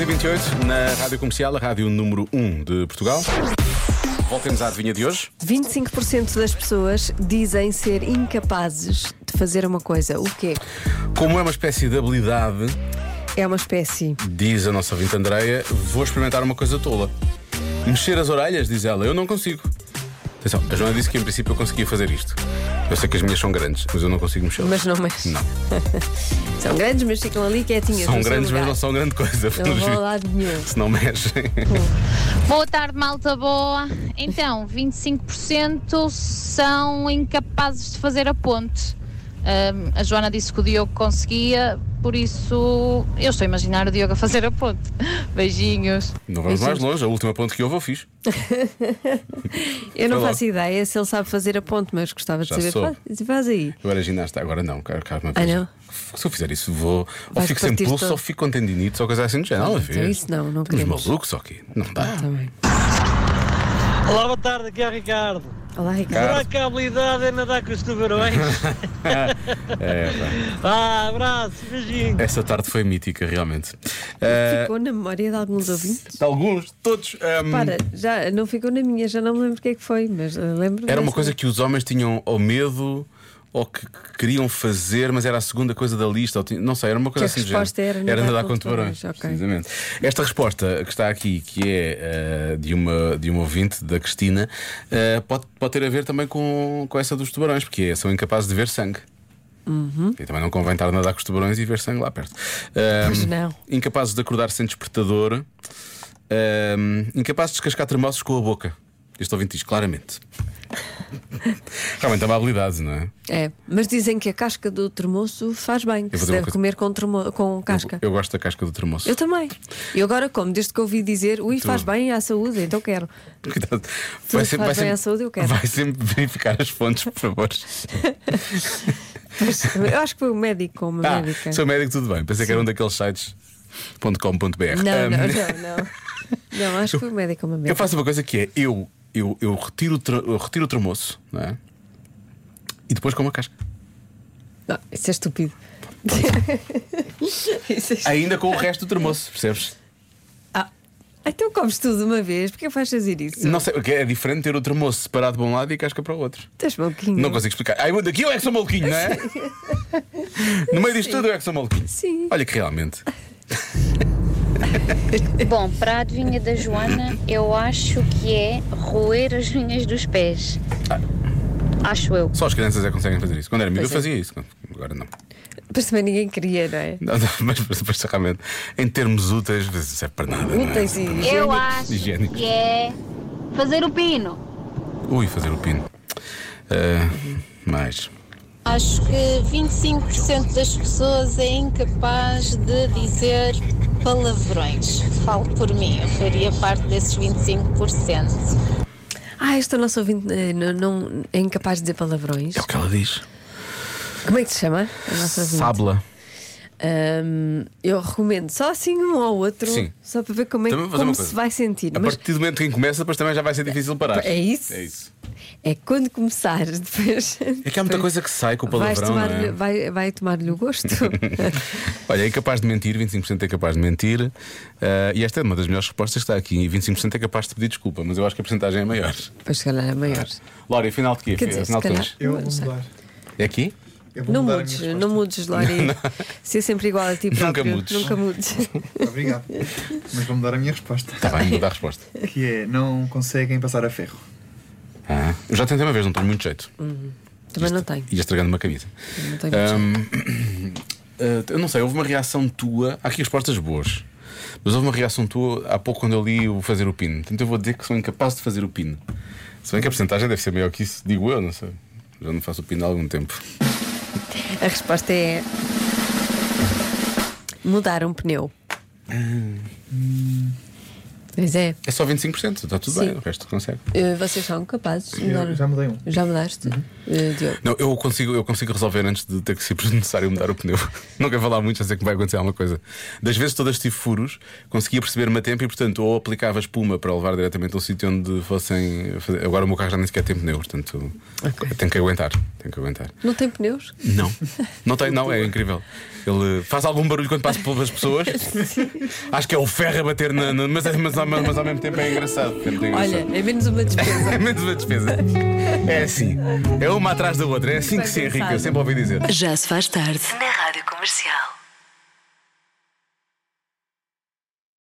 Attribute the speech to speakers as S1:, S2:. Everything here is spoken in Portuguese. S1: 6h28 na Rádio Comercial, a rádio número 1 de Portugal. Voltemos à adivinha de hoje.
S2: 25% das pessoas dizem ser incapazes de fazer uma coisa. O quê?
S1: Como é uma espécie de habilidade,
S2: É uma espécie.
S1: diz a nossa ouvinte Andreia, vou experimentar uma coisa tola. Mexer as orelhas, diz ela, eu não consigo. Atenção, a Joana disse que em princípio eu conseguia fazer isto. Eu sei que as minhas são grandes, mas eu não consigo mexer.
S2: Mas não mexem.
S1: Não.
S2: São grandes, mas ficam ali quietinhas.
S1: São
S2: no seu
S1: grandes, mas
S2: lugar.
S1: não são grande coisa.
S2: Não
S1: pelos
S2: vão a
S1: vistos.
S2: lado nenhum.
S1: Se não mexem.
S3: Boa tarde, malta boa. Então, 25% são incapazes de fazer a ponte. Ahm, a Joana disse que o Diogo conseguia, por isso eu estou a imaginar o Diogo a fazer a ponte. Beijinhos.
S1: Não vamos mais longe, a última ponte que houve eu fiz.
S2: Eu não
S1: Vai lá.
S2: faço ideia se ele sabe fazer a ponte, mas gostava de
S1: Já
S2: saber.
S1: soube.
S2: Faz, faz aí.
S1: Eu era ginasta, agora não, cá- cá uma
S2: Ah,
S1: vez.
S2: não?
S1: Se eu fizer isso, vou. Ou
S2: Vais
S1: fico sem
S2: partir
S1: pulso,
S2: todo.
S1: ou fico com tendinite, ou coisa assim do género.
S2: então
S1: enfim.
S2: isso não, não
S1: Estamos
S2: queremos.
S1: malucos, ou quê? Não dá.
S2: Também.
S4: Olá, boa tarde, aqui é o Ricardo.
S2: Olá, Ricardo.
S4: Será que a habilidade é nadar com os tubarões?
S1: É, pá.
S4: ah, abraço, beijinho.
S1: Essa tarde foi mítica, realmente. Ah,
S2: Ficou na memória de alguns ouvintes?
S1: de alguns, de todos. ehm, ahm,
S2: Para, já não ficou na minha, já não me lembro o que é que foi, mas eh, lembro-me.
S1: Era uma
S2: dessa.
S1: coisa que os homens tinham ou medo. Ou que queriam fazer, mas era a segunda coisa da lista. ou ti- Não sei, era uma coisa
S2: Que a
S1: assim do
S2: resposta
S1: género.
S2: era
S1: era
S2: nadar
S1: nadar
S2: com
S1: com
S2: os tubarões,
S1: tubarões.
S2: ok.
S1: Precisamente. Esta resposta que está aqui, que é ah, de, uma, de uma ouvinte, da Cristina, ah, pode, pode ter a ver também com, com essa dos tubarões, porque é, são incapazes de ver sangue. E também não convém estar a nadar com os tubarões e ver sangue lá perto. Ah,
S2: Pois não.
S1: Incapazes de acordar sem despertador. Ahm, incapazes de descascar termoços com a boca. Este ouvinte diz claramente. Realmente é uma habilidade, não é?
S2: É, mas dizem que a casca do tremoço faz bem, que
S1: vou dizer
S2: se
S1: uma
S2: deve
S1: coisa.
S2: comer com, tremo- com casca.
S1: Eu, eu gosto da casca do termoço.
S2: Eu também. E agora como? Desde que ouvi dizer, ui, faz bem à saúde, então quero.
S1: Cuidado.
S2: faz bem à saúde, eu quero.
S1: vai sempre verificar as fontes, por favor.
S2: Mas eu acho que foi o médico ou uma
S1: Ah,
S2: médica.
S1: sou médico, tudo bem. Pensei que era um daqueles sites. .com.br
S2: Não,
S1: Ahm,
S2: não, não, não. Não, acho que foi o médico ou uma
S1: Um, Eu
S2: médica.
S1: faço uma coisa que é: eu, eu, eu retiro, o tra- eu retiro o tremoço, não é? E depois como a casca.
S2: Não, isso é estúpido. Isso é estúpido.
S1: Ainda com o resto do tremoço, percebes?
S2: Ah, então comes tudo de uma vez, porque vais fazer isso?
S1: Não sei, porque é diferente ter o tremoço separado para um lado e a casca para o outro.
S2: Estás maluquinho.
S1: Não consigo explicar. Ai, eu daqui eu é que sou maluquinho, não é? No meio disto tudo eu é que sou maluquinho.
S2: Sim.
S1: Olha que realmente.
S5: Bom, para a adivinha da Joana, eu acho que é roer as unhas dos pés. Acho eu.
S1: Só as crianças é que conseguem fazer isso. Quando era miúdo eu
S2: é.
S1: fazia isso. Agora não.
S2: Para saber ninguém queria, não é?
S1: Não, não, mas, mas, mas realmente, em termos úteis, às vezes isso é para nada. não é?
S2: Úteis e
S3: Eu
S2: higiênicos.
S3: acho
S1: Higiênicos.
S3: que é fazer o pino.
S1: Ui, fazer o pino. Ah,
S2: Uhum.
S1: mais.
S6: Acho que 25% das pessoas é incapaz de dizer palavrões. Falo por mim, eu faria parte desses 25%.
S2: Ah, esta nossa ouvinte eh, não, não- é incapaz de dizer palavrões.
S1: É o que ela diz.
S2: Como é que se chama? A nossa ouvinte?
S1: Sábula.
S2: Ahm, eu recomendo só assim um ao outro,
S1: Sim.
S2: só para ver como, é,
S1: Também vou fazer
S2: como
S1: uma coisa.
S2: se vai sentir.
S1: A
S2: Mas
S1: partir do momento que começa, depois também já vai ser difícil parar.
S2: É isso?
S1: É isso.
S2: é quando começares, depois.
S1: É que há muita coisa que sai com o
S2: Vais
S1: palavrão.
S2: tomar
S1: não é?
S2: vai, vai tomar-lhe o gosto.
S1: Olha, é capaz de mentir, 25% é capaz de mentir. eh, e esta é uma das melhores respostas que está aqui. E 25% é capaz de pedir desculpa, mas eu acho que a porcentagem é maior.
S2: Depois, se calhar, é maior.
S1: Laura, afinal de quê?
S2: Quer dizer,
S1: afinal
S2: se
S1: de
S2: calhar.
S7: Eu vou
S2: Não sei.
S7: mudar.
S1: É aqui?
S7: Eu vou
S2: Não
S7: mudar a
S2: mudes,
S7: minha
S2: não mudes, Lori. Ser sempre igual a ti
S1: Nunca
S2: próprio.
S1: mudes.
S2: Nunca mudes.
S7: resposta. Obrigado. Mas vou mudar a minha resposta.
S1: Está Tá bem, muda a resposta.
S7: Que é: não conseguem passar a ferro.
S1: Ah, eu já tentei uma vez, não tenho muito jeito.
S2: Também não tenho.
S1: Ia estragando uma camisa.
S2: Não tenho
S1: Ahm, eh, eu não sei, houve uma reação tua. Há aqui respostas boas. Mas houve uma reação tua há pouco quando eu li o fazer o pino. Portanto, eu vou dizer que sou incapaz de fazer o pino. Se bem que a porcentagem deve ser maior que isso, digo eu, não sei. Já não faço o pino há algum tempo.
S2: A resposta é.
S1: Ah.
S2: Mudar um pneu. Pois é.
S1: É só 25%, está tudo
S2: Sim.
S1: bem, o resto consegue.
S2: Eh, Vocês são capazes de mudar.
S7: Eu já mudei um.
S2: Já mudaste, eh, Diogo?
S1: Não, eu consigo, eu consigo resolver antes de ter que ser necessário mudar o pneu. Não quero falar muito, já sei que vai acontecer alguma coisa. Das vezes todas tive furos, conseguia perceber-me a tempo e, portanto, ou aplicava espuma para levar diretamente ao sítio onde fossem. Fazer. Agora o meu carro já nem sequer tem pneu, portanto, tenho que aguentar. Tenho que aguentar.
S2: Não tem pneus?
S1: Não, não tem, não, é incrível. Ele faz algum barulho quando passa pelas pessoas. Acho que é o ferro a bater na. na- mas, é- mas, ao- mas ao mesmo tempo é engraçado. portanto, é engraçado.
S2: Olha, é menos uma despesa.
S1: É menos uma despesa. É assim. É uma atrás da outra. É assim que se enrica. Eu sempre ouvi dizer.
S8: Já se faz tarde na Rádio Comercial.